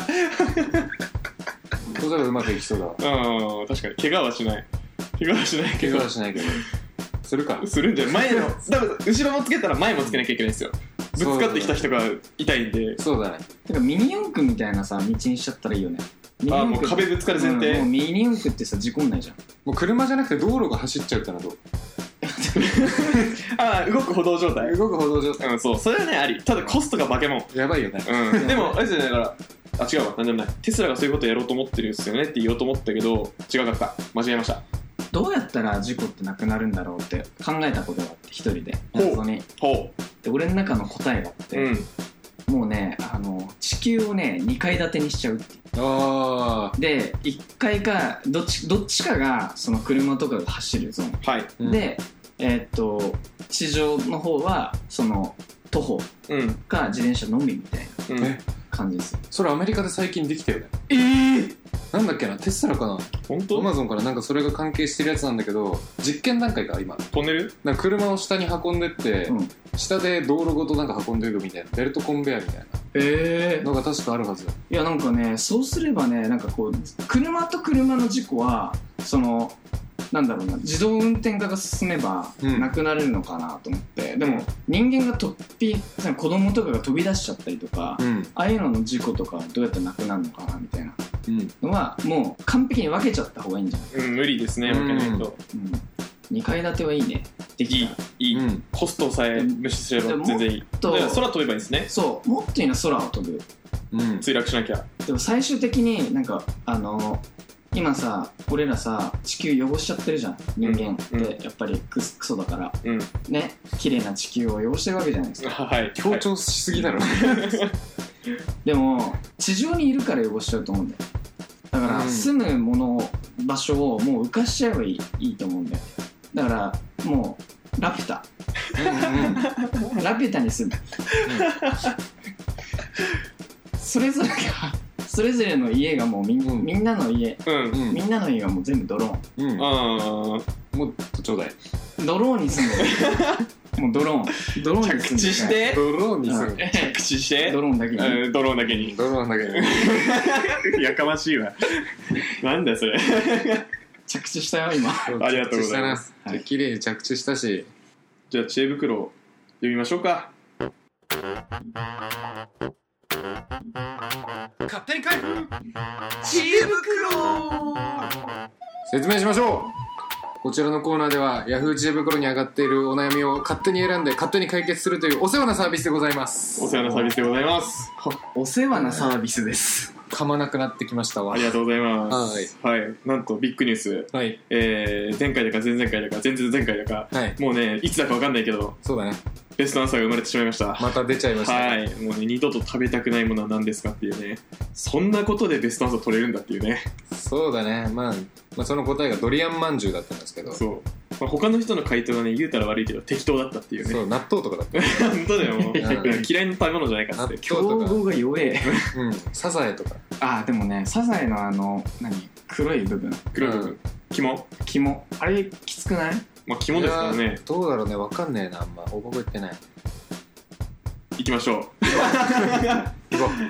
S1: そうすればうまくいきそう だわ
S3: うん確かに怪我はしない怪我はしないけ
S1: 怪
S3: ど
S1: 我はしないけどするか
S3: するんじゃない前のだから後ろもつけたら前もつけなきゃいけないんですよぶつかってきた人が痛いんで
S1: そうだね
S2: てかミニ四駆みたいなさ道にしちゃったらいいよねミニ
S3: あー
S2: 四
S3: もう
S2: 駆
S3: 壁ぶつかる前
S2: うんもう
S3: 提
S2: ミニ四駆ってさ事故んないじゃん
S1: もう車じゃなくて道路が走っちゃうってのはどう
S3: ああ動く歩道状態
S1: 動く歩道上
S3: うんそうそれはねありただコストが化け物
S1: やばいよね
S3: うんでもあれですよねだからあ違うわなんでもないテスラがそういうことやろうと思ってるんですよねって言おうと思ったけど違かった間違えました
S2: どうやったら事故ってなくなるんだろうって考えたことがあって一人で
S3: ほう
S2: 謎に
S3: ほ
S2: で俺の中の答えがあっ
S3: う
S2: て、
S3: うん
S2: もうねあの地球をね2階建てにしちゃうっていう
S1: あ
S2: で1階かどっちどっちかがその車とかが走るゾーン
S3: はい
S1: あ、うん、
S2: で、えーっと地上の方はその徒歩
S3: うん
S2: か自転車のみみたいな
S3: うん
S1: え
S2: 感じですよ
S1: それアメリカで最近できたよね
S2: えー、
S1: なんだっけなテスラかな
S3: 本
S1: アマ
S3: 当
S1: ゾンからなんかそれが関係してるやつなんだけど実験段階か今
S3: トンネル
S1: なんか車を下に運んでって、
S2: うん
S1: 下で道路ごとなんか運んでいくみたいなベルトコンベヤーみたい
S2: え
S1: なのが確かあるはずだ
S2: いやなんかねそうすればねなんかこう車と車の事故はそのなんだろうな自動運転化が進めば
S1: うん
S2: なくなるのかなと思って、でも人間が突飛その子供とかが飛び出しちゃったりとか、
S1: うん
S2: ああいうのの事故とかはどうやってなくなるのかなみたいな
S1: うん
S2: のはもう完璧に分けちゃった方がいいんじゃない、
S3: うん無理ですね分けないと
S2: うん、2階建てはいいねで
S3: い
S2: き
S3: い
S2: た
S3: いい、
S1: うん
S3: コストさえ無視すれば全然いいだ
S2: と
S3: から空飛べばいいですね
S2: そうもっといいのは空を飛ぶ
S1: うん
S3: 墜落しなきゃ
S2: でも最終的になんかあの今さ俺らさ地球汚しちゃってるじゃん人間って、
S3: うん
S2: やっぱりクソクソだから
S3: うん
S2: ね綺麗な地球を汚してるわけじゃないですか
S3: はい
S1: 強調しすぎだろ、
S2: でも地上にいるから汚しちゃうと思うんだよだから、
S1: うん
S2: 住むものを場所をもう浮かしちゃえばいいいいと思うんだよだからもうラピュタ
S1: うんうん
S2: ラピュタに住む、 それぞれがそれぞれの家がもうみ,、
S1: うん
S2: ん、みんなの家
S3: うん
S1: うん
S2: みんなの家がもう全部ドローン
S1: うん、
S3: ああ
S1: もっとちょうだい
S2: ドローンに 住んでるもうドローンドローンに住んで
S3: 着地して
S1: ドローンにする、
S3: 着地して
S2: ドローンだけに、
S3: うんドローンだけに
S1: ドローンだけど
S3: やかましいわなんだよそれ
S2: 着地したよ今
S3: ありがとうございます
S2: はい
S1: じゃあ綺麗に着地したし
S3: じゃあ知恵袋を読みましょうか
S1: 勝手に開封知恵袋説明しましょうこちらのコーナーでは Yahoo 知恵袋に上がっているお悩みを勝手に選んで勝手に解決するというお世話なサービスでございます
S3: お世話のサービスでございます
S2: お世話なサービスです
S1: 噛まなくなってきましたわ
S3: ありがとうございますはい、なんとビッグニュース
S1: はい
S3: えー、前回だか前々回だか前々前回だか
S1: はい
S3: もうねいつだかわかんないけど
S1: そうだね
S3: ベストアンサーが生まれてしまいました
S1: また出ちゃいましたね、
S3: はいもうね二度と食べたくないものは何ですかっていうねそんなことでベストアンサー取れるんだっていうね
S1: そうだね、まあ、まあその答えがドリアンまんじゅうだったんですけど
S3: そう、まあ、他の人の回答がね言うたら悪いけど適当だったっていうね
S1: そう納豆とか だった
S3: 本当だよもう
S1: うん
S3: 嫌いな食べ物じゃないから
S1: 納
S3: って
S1: 豆
S2: 競
S1: と
S2: 合が弱え
S1: か、うん、サザエとか
S2: あーでもねサザエのあの何黒い部分
S3: 黒い部
S1: う
S3: 分肝
S2: 肝あれきつくない
S3: まあ肝ですから
S1: いや
S3: ね
S1: ーどうだろうねわかんねえなあんま覚えてない
S3: 行きましょ
S1: 行こ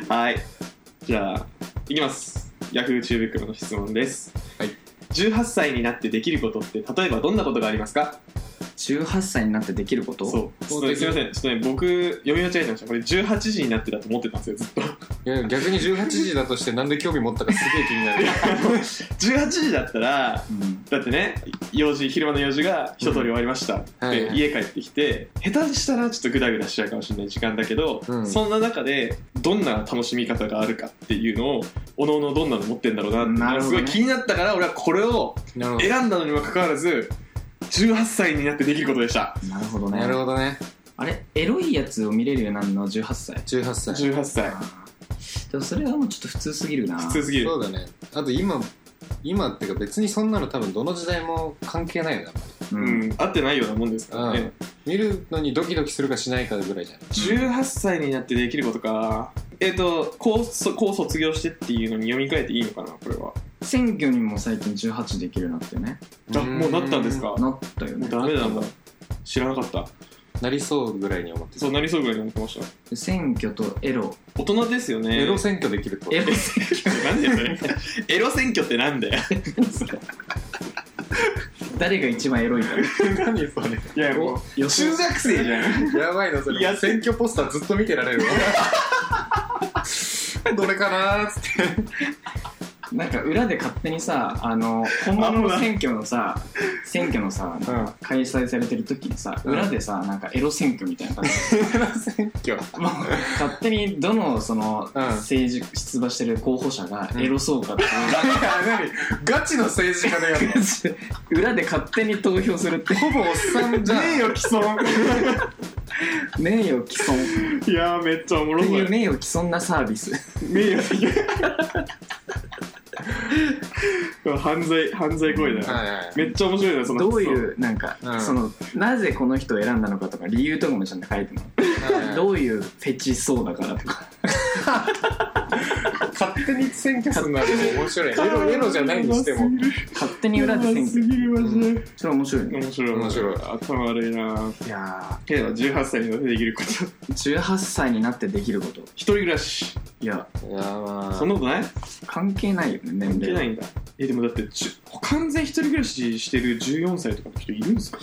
S3: うはいじゃあ行きますヤフーチューブクロの質問です
S1: はい
S3: 18歳になってできることって例えばどんなことがありますか
S2: 18歳になってできること
S3: そうちょっと
S1: そう
S3: ね
S1: です
S3: すいませんちょっとね僕読み間違えてましたこれ18時になってだと思ってたんですよずっ と
S1: ういや逆に18時だとしてなんで興味持ったかすげえ気に なる
S3: 18時だったら
S2: うん、
S3: だってね用事昼間の用事が一通り終わりました、
S1: うんはい
S3: で
S1: はい
S3: 家帰ってきて下手したらちょっとグダグダしちゃうかもしれない時間だけど、
S1: うん
S3: そんな中でどんな楽しみ方があるかっていうのをおのおのどんなの持ってんだろうなっていう
S2: な
S3: のが
S2: るほ
S3: す
S2: ど
S3: ご
S2: ね
S3: い気になったから俺はこれを
S1: なるほ
S3: 選んだのにもかかわらず18歳になってできることでした
S2: なるほど
S1: ど
S2: ね
S1: なるほどね
S2: あれエロいやつを見れるようになるのは18歳
S1: 18歳
S3: 18歳
S2: あーでもそれはもうちょっと普通すぎるな
S3: 普通すぎる
S1: そうだねあと今今っていうか別にそんなの多分どの時代も関係ないよねあんま
S2: う、
S3: うんん合ってないようなもんですからね、
S1: うんり見るのにドキドキするかしないかぐらいじゃない
S3: 18歳になってできることかえっ、と高卒高卒業してっていうのに読み替えていいのかなこれは
S2: 選挙にも最近18できるようになってね
S3: あもうなったんですか
S2: なったよ
S3: もう
S2: ね
S3: ダメなんだ知らなかった
S1: なりそうぐらいに思って
S3: そうなりそうぐらいに思ってました
S2: 選挙とエロ
S3: 大人ですよね
S1: エロ選挙できるってこと
S2: エロ選挙
S3: なんだよそれ エロ選挙ってなんだよ
S2: ですか誰が一番エロいか
S1: 何それ
S3: いや
S1: も
S2: 予
S3: 中学生じゃん
S1: やばいなそれ
S3: いや
S1: 選挙ポスターずっと見てられるわ どれかなーっつって
S2: なんか裏で勝手にさあの本物の選挙のさ選挙のさ
S1: うん
S2: 開催されてる時にさ
S1: うん
S2: 裏でさなんかエロ選挙みたいな感じ
S1: 選
S2: で
S1: 挙
S2: もう勝手にどのその
S1: うん
S2: 政治出馬してる候補者が
S1: うん
S2: エロそうかって
S1: いや何ガチの政治家だよ
S2: いう裏で勝手に投票するって
S1: ほぼおっさんじゃん
S3: 名誉毀損
S2: 名誉毀損っ
S3: いやーめっちゃおも
S2: て
S3: ろい
S2: いう名誉毀損なサービス
S3: 名誉これ犯罪犯罪行為だな、
S1: はいはい
S3: めっちゃ面白いなその
S2: どういうなんか、
S1: うん
S2: そのなぜこの人を選んだのかとか理由とかもちゃんと書いてもらうど
S1: う
S2: ういうフェチそうだからとか
S1: 勝手に選挙するのはでも面白いエロエロじゃないにしても
S2: 勝手に裏で選挙
S3: すぎるマジで
S2: それ面白いね
S3: 面白い
S1: 面白い
S3: 頭悪いない
S2: や
S3: けど18歳になってできること
S2: ー18歳になってできること
S3: 一人暮らし
S2: いや
S1: いやまあ
S3: そんなことない
S2: 関係ないよね年
S3: 関
S2: 齢
S3: 係ないんだえでもだってちゅ完全一人暮らししてる14歳とかの人いるんですか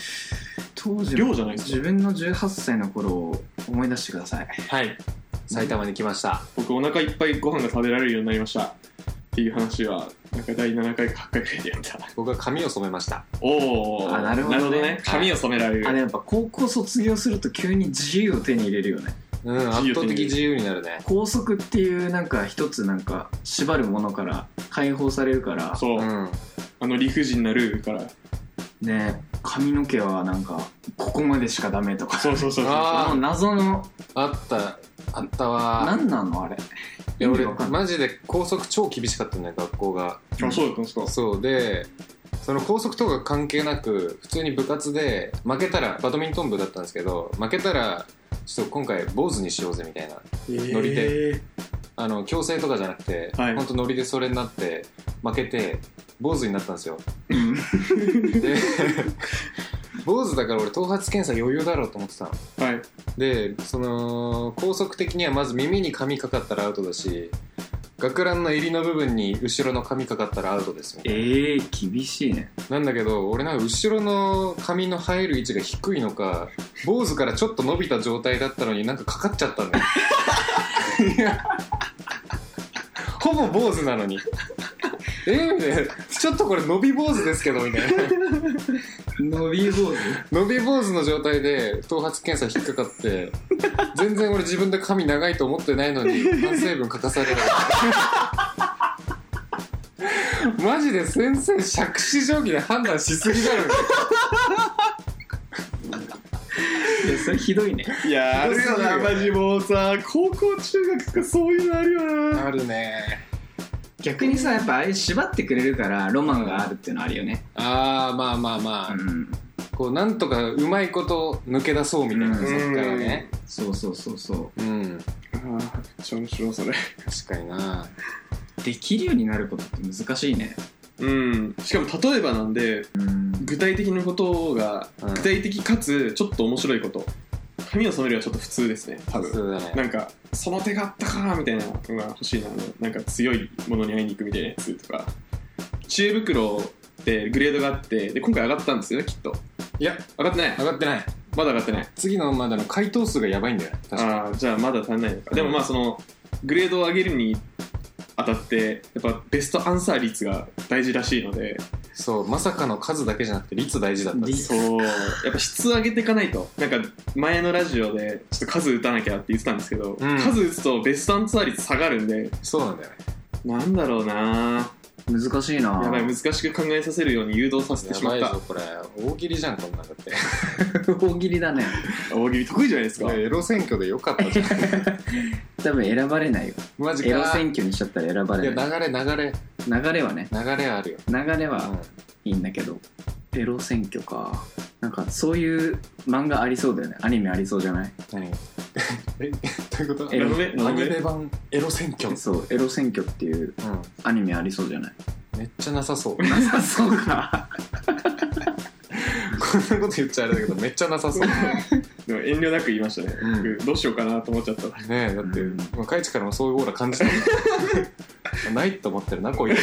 S2: 当時
S3: 寮じゃないです
S2: 自
S3: か
S2: 分の18歳の頃を思い出してください
S1: はい埼玉に来ました
S3: 僕お腹いっぱいご飯が食べられるようになりましたっていう話はなんか第7回か8回くらいでやった
S1: 僕は髪を染めました
S3: おお
S2: あなるほどね
S3: 髪を染められる、
S2: あれやっぱ高校卒業すると急に自由を手に入れるよね
S1: うん
S3: 自由
S1: 圧倒的自由になるね
S2: 校則っていうなんか一つなんか縛るものから解放されるから
S3: そう、
S1: うん
S3: あの理不尽なルールから
S2: ね髪の毛はなんかここまでしかダメとか
S3: そうそうそうそう
S1: あ
S2: あの謎の
S1: あったあったわ
S2: 何なのあれ
S1: いや俺
S2: 意味わかんない
S1: マジで校則超厳しかったね学校が
S3: あそうだったんですか
S1: そうでその校則とか関係なく普通に部活で負けたらバドミントン部だったんですけど負けたらちょっと今回坊主にしようぜみたいなノリで
S3: え
S1: あの強制とかじゃなくて、
S3: はい
S1: 本当ノリでそれになって負けて坊主になったんですよで坊主だから俺頭髪検査余裕だろうと思ってたの
S3: ーはい
S1: でその高速的にはまず耳に髪かかったらアウトだし学ランの襟の部分に後ろの髪かかったらアウトですみたい
S2: ええ厳しいね
S1: ななんだけど俺なんか後ろの髪の生える位置が低いのか坊主からちょっと伸びた状態だったのになんかかかっちゃったんだよ いやほぼ坊主なのにえみたいなちょっとこれ伸び坊主ですけどみたいな
S2: 伸び坊主
S1: 伸び坊主の状態で頭髪検査引っかかって全然俺自分で髪長いと思ってないのに反省文書かされるマジで先生杓子定規で判断しすぎだろ
S2: いやそれひどいね
S3: いやーあるよなマジもうさ高校中学とかそういうのあるよな
S1: るね
S2: 逆にさやっぱあれ縛ってくれるからロマンがあるっていうのあるよね
S1: ああまあまあまあ、
S2: うん
S1: こうなんとかうまいこと抜け出そうみたいな、
S2: うん
S1: そっからね
S2: そうそうそうそ
S1: うん
S3: あーめっちゃ面白いそれ
S1: 確かにな
S2: うできるようになることって難しいね
S3: うんしかも例えばなんで
S2: うん
S3: 具体的なことが、
S1: うん
S3: 具体的かつちょっと面白いこと髪を染めるはちょっと普通ですね多分
S1: そうだね
S3: なんかその手があったかみたいなのが欲しいなあのなんか強いものに会いに行くみたいなやつとか知恵袋ってグレードがあってで今回上がったんですよねきっと
S1: いや
S3: 上がってない
S1: 上がってない
S3: まだ上がってない
S1: 次のまだの回答数がやばいんだよね確か
S3: ああーじゃあまだ足んないのか、でもまあそのグレードを上げるにあたってやっぱベストアンサー率が大事らしいので
S1: そうまさかの数だけじゃなくて率大事だったっていう
S2: 率
S3: そうやっぱ質上げていかないとなんか前のラジオでちょっと数打たなきゃって言ってたんですけど、
S1: うん
S3: 数打つとベストアンサー率下がるんで
S1: そうなんだよね
S3: なんだろうな
S2: 難しいな
S3: やばい難しく考えさせるように誘導させて
S1: や
S3: しま
S1: ば
S3: っ
S1: い
S3: た
S1: ぞこれ大喜利じゃんこんなんだって
S2: 大喜利だね
S3: 大喜利得意じゃないですか、
S1: エロ選挙でよかったじゃん
S2: 多分選ばれないよ
S1: マジか
S2: エロ選挙にしちゃったら選ば
S1: い
S2: れ
S1: や
S2: ない
S1: 流れ流れ
S2: 流れはね
S1: 流れあるよ、
S2: 流れ
S1: う
S2: は
S1: ん
S2: いいんだけどエロ選挙かなんかそういう漫画ありそうだよねアニメありそうじゃない
S1: 何 えどういうこと
S2: エロ
S3: ラノベラ
S1: ア
S3: ノ
S1: ニメ
S3: ベ
S1: 版エロ選挙、
S2: そうエロ選挙っていう
S1: う
S2: アニメありそうじゃない
S1: ん、めっちゃなさそうこ
S2: なさ そうか
S1: んなこと言っちゃあれだけどめっちゃなさそうね
S3: でも遠慮なく言いましたね、
S1: うん
S3: 僕どうしようかなと思っちゃった
S1: えだって、
S2: うん
S1: もうカイチからもそういうオーラ感じたもんないと思ってるなこいつ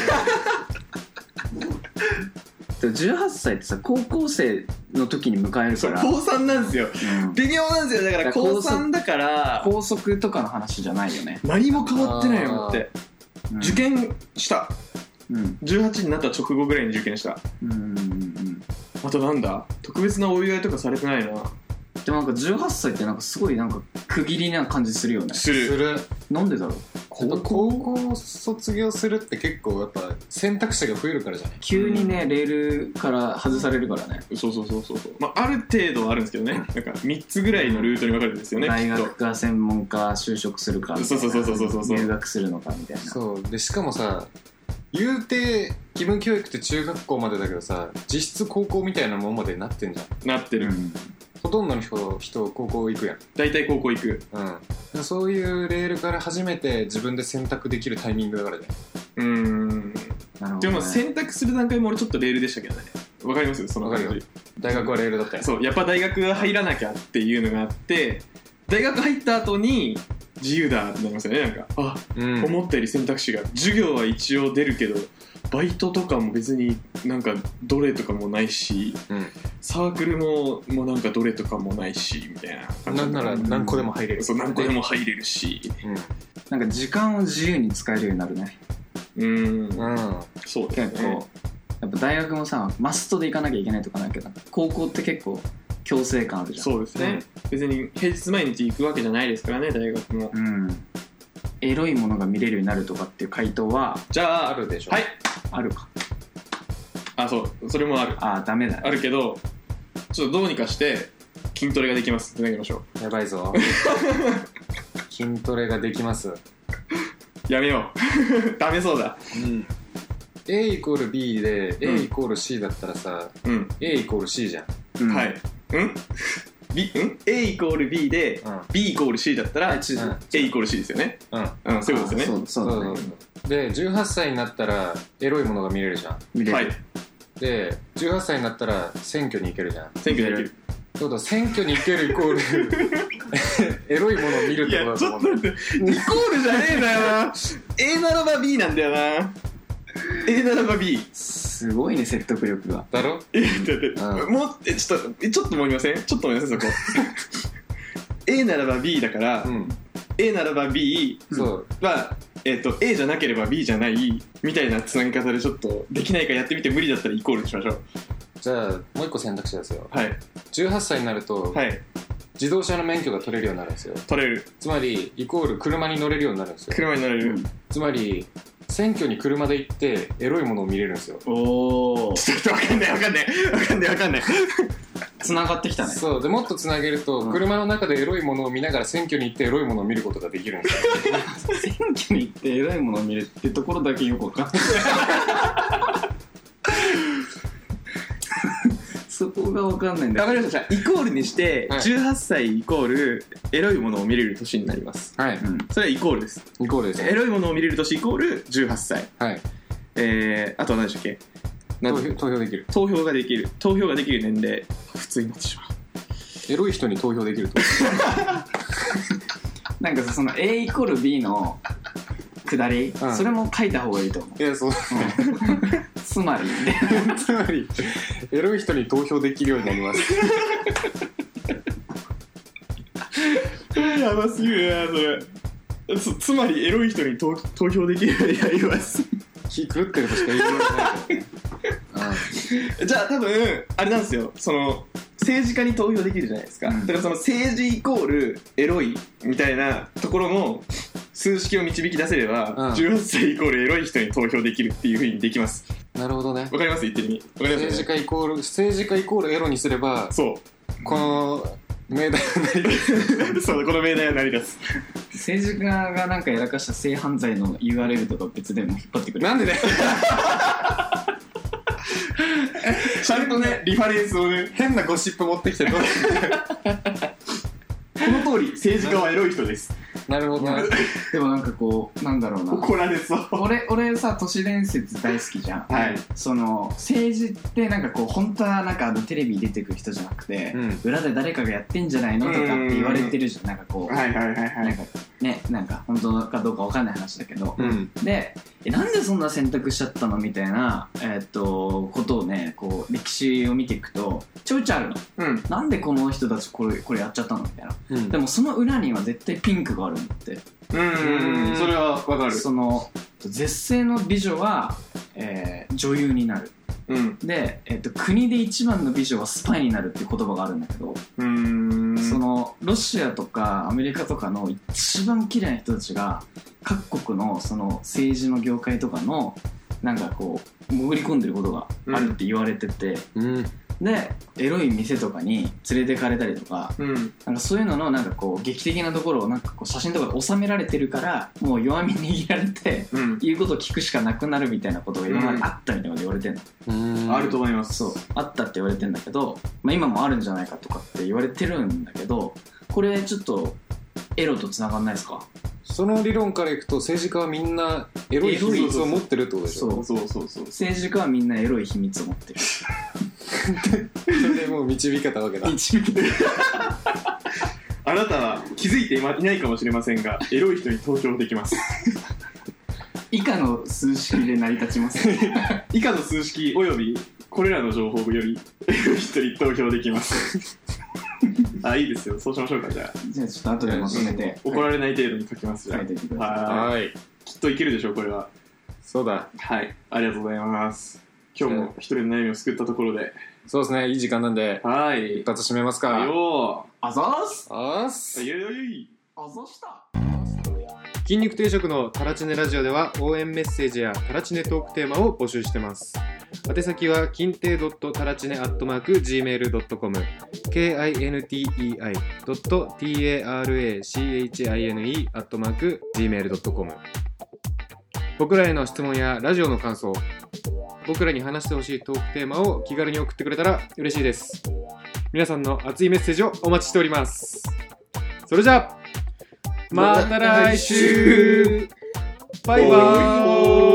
S2: でも18歳ってさ高校生の時に迎える
S3: そ
S2: か
S3: う
S2: ら、
S3: 高3なんですよ
S2: うん
S3: 微妙なんですよだからら
S2: 高
S3: 高
S2: 三
S3: 3だから
S2: 校則とかの話じゃないよね、
S3: 何も変わってないよだって
S2: うん
S3: 受験した
S2: うん
S3: 18になった直後ぐらいに受験した
S2: うんうんうん
S3: あとなんだ特別なお祝いとかされてないな
S2: でもなんか18歳ってなんかすごいなんか区切りな感じするよね
S3: す
S1: す
S3: る
S1: る
S2: なんでだろう
S1: やっぱ高校卒業するって結構やっぱ選択肢が増えるからじゃない
S2: 急にね、レールから外されるからね
S3: そうそうそうそうそう、まあ、ある程度はあるんですけどねなんか3つぐらいのルートに分かれてるんですよね
S2: 大
S3: きっ
S2: 学か専門か就職するかみたいな
S3: そうそうそうそうそうそう
S2: 入学するのかみたいな
S1: そうでしかもさ言うて義務教育って中学校までだけどさ実質高校みたいなもんまでなってんじゃん
S3: なってる、
S2: ん、
S1: ほとんどの人人高校行くやん
S3: 大体高校行く
S1: うんそういうレールから初めて自分で選択できるタイミングだからね
S3: うん
S2: なるほど、ね、
S3: でも選択する段階も俺ちょっとレールでしたけどねわかりますその
S1: わかるよ大学はレールだったよ
S3: そうやっぱ大学入らなきゃっていうのがあって大学入った後に自由だってなりますよねなんかあ、
S1: うん
S3: 思ったより選択肢が授業は一応出るけどバイトとかも別になんかどれとかもないし
S1: う
S3: サークルももうなんかどれとかもないしみたいな感
S1: ん
S3: じ
S1: なんなら何個でも入れる
S3: そう何個でも入れるし
S2: なんか時間を自由に使えるようになるね
S3: うん
S1: うんうん
S3: そうですね
S2: 結構、やっぱ大学もさマストで行かなきゃいけないとかないけど高校って結構強制感あるじゃんう
S3: そうですね、別に平日毎日行くわけじゃないですからね大学も
S2: んエロいものが見れるようになるとかっていう回答は
S3: じゃあ
S1: あるでしょ
S3: はい
S2: あるか
S3: あそうそれもある
S2: ああダメだ
S3: あるけどちょっとどうにかして筋トレができますって投げましょ
S1: やば いぞ筋トレができます
S3: うやめよう ダメそうだ
S1: A イコール B で
S3: うん
S1: A イコール C だったらさ
S3: うん
S1: A イコール C じゃん
S2: うん
S3: はいうん B うん A イコール B で、
S1: うん
S3: B イコール C だったら、
S2: えちょっと
S1: うん
S3: A イコール C ですよね
S1: うん
S3: うんそういうことですよね
S2: そうそうだね
S1: で18歳になったらエロいものが見れるじゃん
S2: 見れる、
S3: はい
S1: で18歳になったら選挙に行けるじゃんって
S3: 選挙できる
S1: ことは選挙に行けるイコール エロいものを見るっ
S3: い
S1: て
S3: や
S1: こと
S3: ち
S1: だ
S3: ょ
S1: と
S3: っと
S1: 思う
S3: 待ってイコールじゃねえなよな A ならば B なんだよな A ならば B
S2: すごいね説得力が
S1: だろ
S3: え、だって
S1: う
S3: もうえちょっとえちょっと思いませんちょっと思いませんそこ A ならば B だから、
S1: うん、
S3: A ならば B
S1: そう
S3: は、えっと A じゃなければ B じゃないみたいなつなぎ方でちょっとできないからやってみて無理だったらイコールにしましょう
S1: じゃあもう一個選択肢ですよ
S3: はい
S1: 18歳になると
S3: はい
S1: 自動車の免許が取れるようになるんですよ
S3: 取れる
S1: つまりイコール車に乗れるようになるんですよ
S3: 車に乗れる、
S1: つまり選挙に車で行ってエロいものを見れるんですよ
S2: おお
S3: ちょっとわかんないわかんないわかんないわかんない
S2: つながってきたね
S1: そうでもっとつなげると、
S2: うん
S1: 車の中でエロいものを見ながら選挙に行ってエロいものを見ることができるんですよ
S2: 選挙に行って偉いものを見るってところだけよくわかんない そこがわかんないんだ
S3: わかりました じゃあイコールにして、
S1: はい
S3: 18歳イコールエロいものを見れる年になります
S1: はい
S2: うん
S3: それはイコールです
S1: イコールです
S3: エ
S1: ね
S3: ロいものを見れる年イコール18歳
S1: はい
S3: えー、あとは何でしたっけなん
S1: 投
S3: だ
S1: 票投票できる
S3: 投票ができる投票ができる年齢普通になってしまう
S1: エロい人に投票できるってこ
S2: なんかさその A イコール B の下り、
S1: ん
S2: それも書いた方がいいと思う
S1: といやそう
S2: つまり
S1: つまりエロい人に投票できるようになります
S3: やばすぎるなそれつつまりエロい人に投投票できるようになります
S1: 気狂ってるとしか言いようがないけどね
S3: じゃあ多分あれなんですよその政治家に投票できるじゃないですか、
S2: うん
S3: だからその政治イコールエロいみたいなところも数式を導き出せれば、
S1: うん
S3: 18歳イコールエロい人に投票できるっていうふうにできます
S1: うんなるほどね
S3: わかります言ってる意味わかりますよね
S1: 政治家イコール政治家イコールエロにすれば
S3: そ
S1: この命題になり
S3: う そうこの命題は成り立つ
S2: 政治家がなんかやらかした性犯罪の URL とか別でも引っ張ってくる
S1: なんでね
S3: ちゃんとねリファレンスをね
S1: 変なゴシップ持ってきてどう
S3: この通り政治家はエロい人です
S1: なるほどね
S2: でもなんかこうなんだろうな
S3: 怒られそう
S2: 俺俺さ都市伝説大好きじゃん、
S3: はい
S2: その政治ってなんかこう本当はなんかあのテレビに出てくる人じゃなくて、
S1: うん
S2: 裏で誰かがやってんじゃないのとかって言われてるじゃんなんかこう、
S3: はいはいはいは
S2: なん
S3: い
S2: かねなんか本当かどうかわかんない話だけど、
S1: うん
S2: でえなんでそんな選択しちゃったのみたいな、えーっとことをねこう歴史を見ていくとちょいちょいあるの
S3: うん
S2: なんでこの人たちこれこれやっちゃったのみたいな
S1: うん
S2: でもその裏には絶対ピンクがあるんだって
S3: うんうんそれはわかる
S2: その絶世の美女は、えー女優になる
S3: うん
S2: で、えーっと国で一番の美女はスパイになるって言葉があるんだけど、
S3: うん
S2: そのロシアとかアメリカとかの一番綺麗な人たちが各国のその政治の業界とかのなんかこう潜り込んでることがあるって言われてて、
S1: うん
S2: でエロい店とかに連れてかれたりとか
S3: うん
S2: なんかそういうののなんかこう劇的なところをなんかこう写真とかで収められてるからもう弱み握られて
S3: うん
S2: 言うことを聞くしかなくなるみたいなことが今まであったみたいなこと言われてるの、
S1: うん
S3: あると思います
S2: そうあったって言われてんだけど、まあ、今もあるんじゃないかとかって言われてるんだけどこれちょっとエロと繋がんないですか
S1: その理論からいくと政治家はみんなエロい秘密を持ってるってことでしょ
S2: そう
S3: そうそうそう
S2: 政治家はみんなエロい秘密を持 ってる
S1: それでもう導かれたわ けだ
S2: 一部で
S3: あなたは気づいていまいないかもしれません がエロい人に投票できます
S2: 以下の数式で成り立ちます
S3: 以下の数式およびこれらの情報よりエロい人に投票できます あいいですよそうしましょうかじゃあ
S2: じゃあちょっと後でまとめて
S3: 怒られない程度に書きますじゃ
S2: 書いてみてくだ
S3: あ
S2: さい
S3: は
S1: はい
S3: いきっといけるでしょうこれは
S1: そうだ
S3: はいありがとうございます今日も一人の悩みを救ったところで
S1: そうですねいい時間なんで
S3: はい
S1: 一発締めますか
S3: よ
S2: あざーす
S1: あー
S3: ー
S1: す
S3: よいよいよい
S2: あざした
S1: 筋肉定食のタラチネラジオでは応援メッセージやタラチネトークテーマを募集してます宛先は金亭ドットタラチネアットマーク gmail.com kintei.tarachine アットマーク gmail.com 僕らへの質問やラジオの感想僕らに話してほしいトークテーマを気軽に送ってくれたら嬉しいです皆さんの熱いメッセージをお待ちしておりますそれじゃあまた来週バイバーイ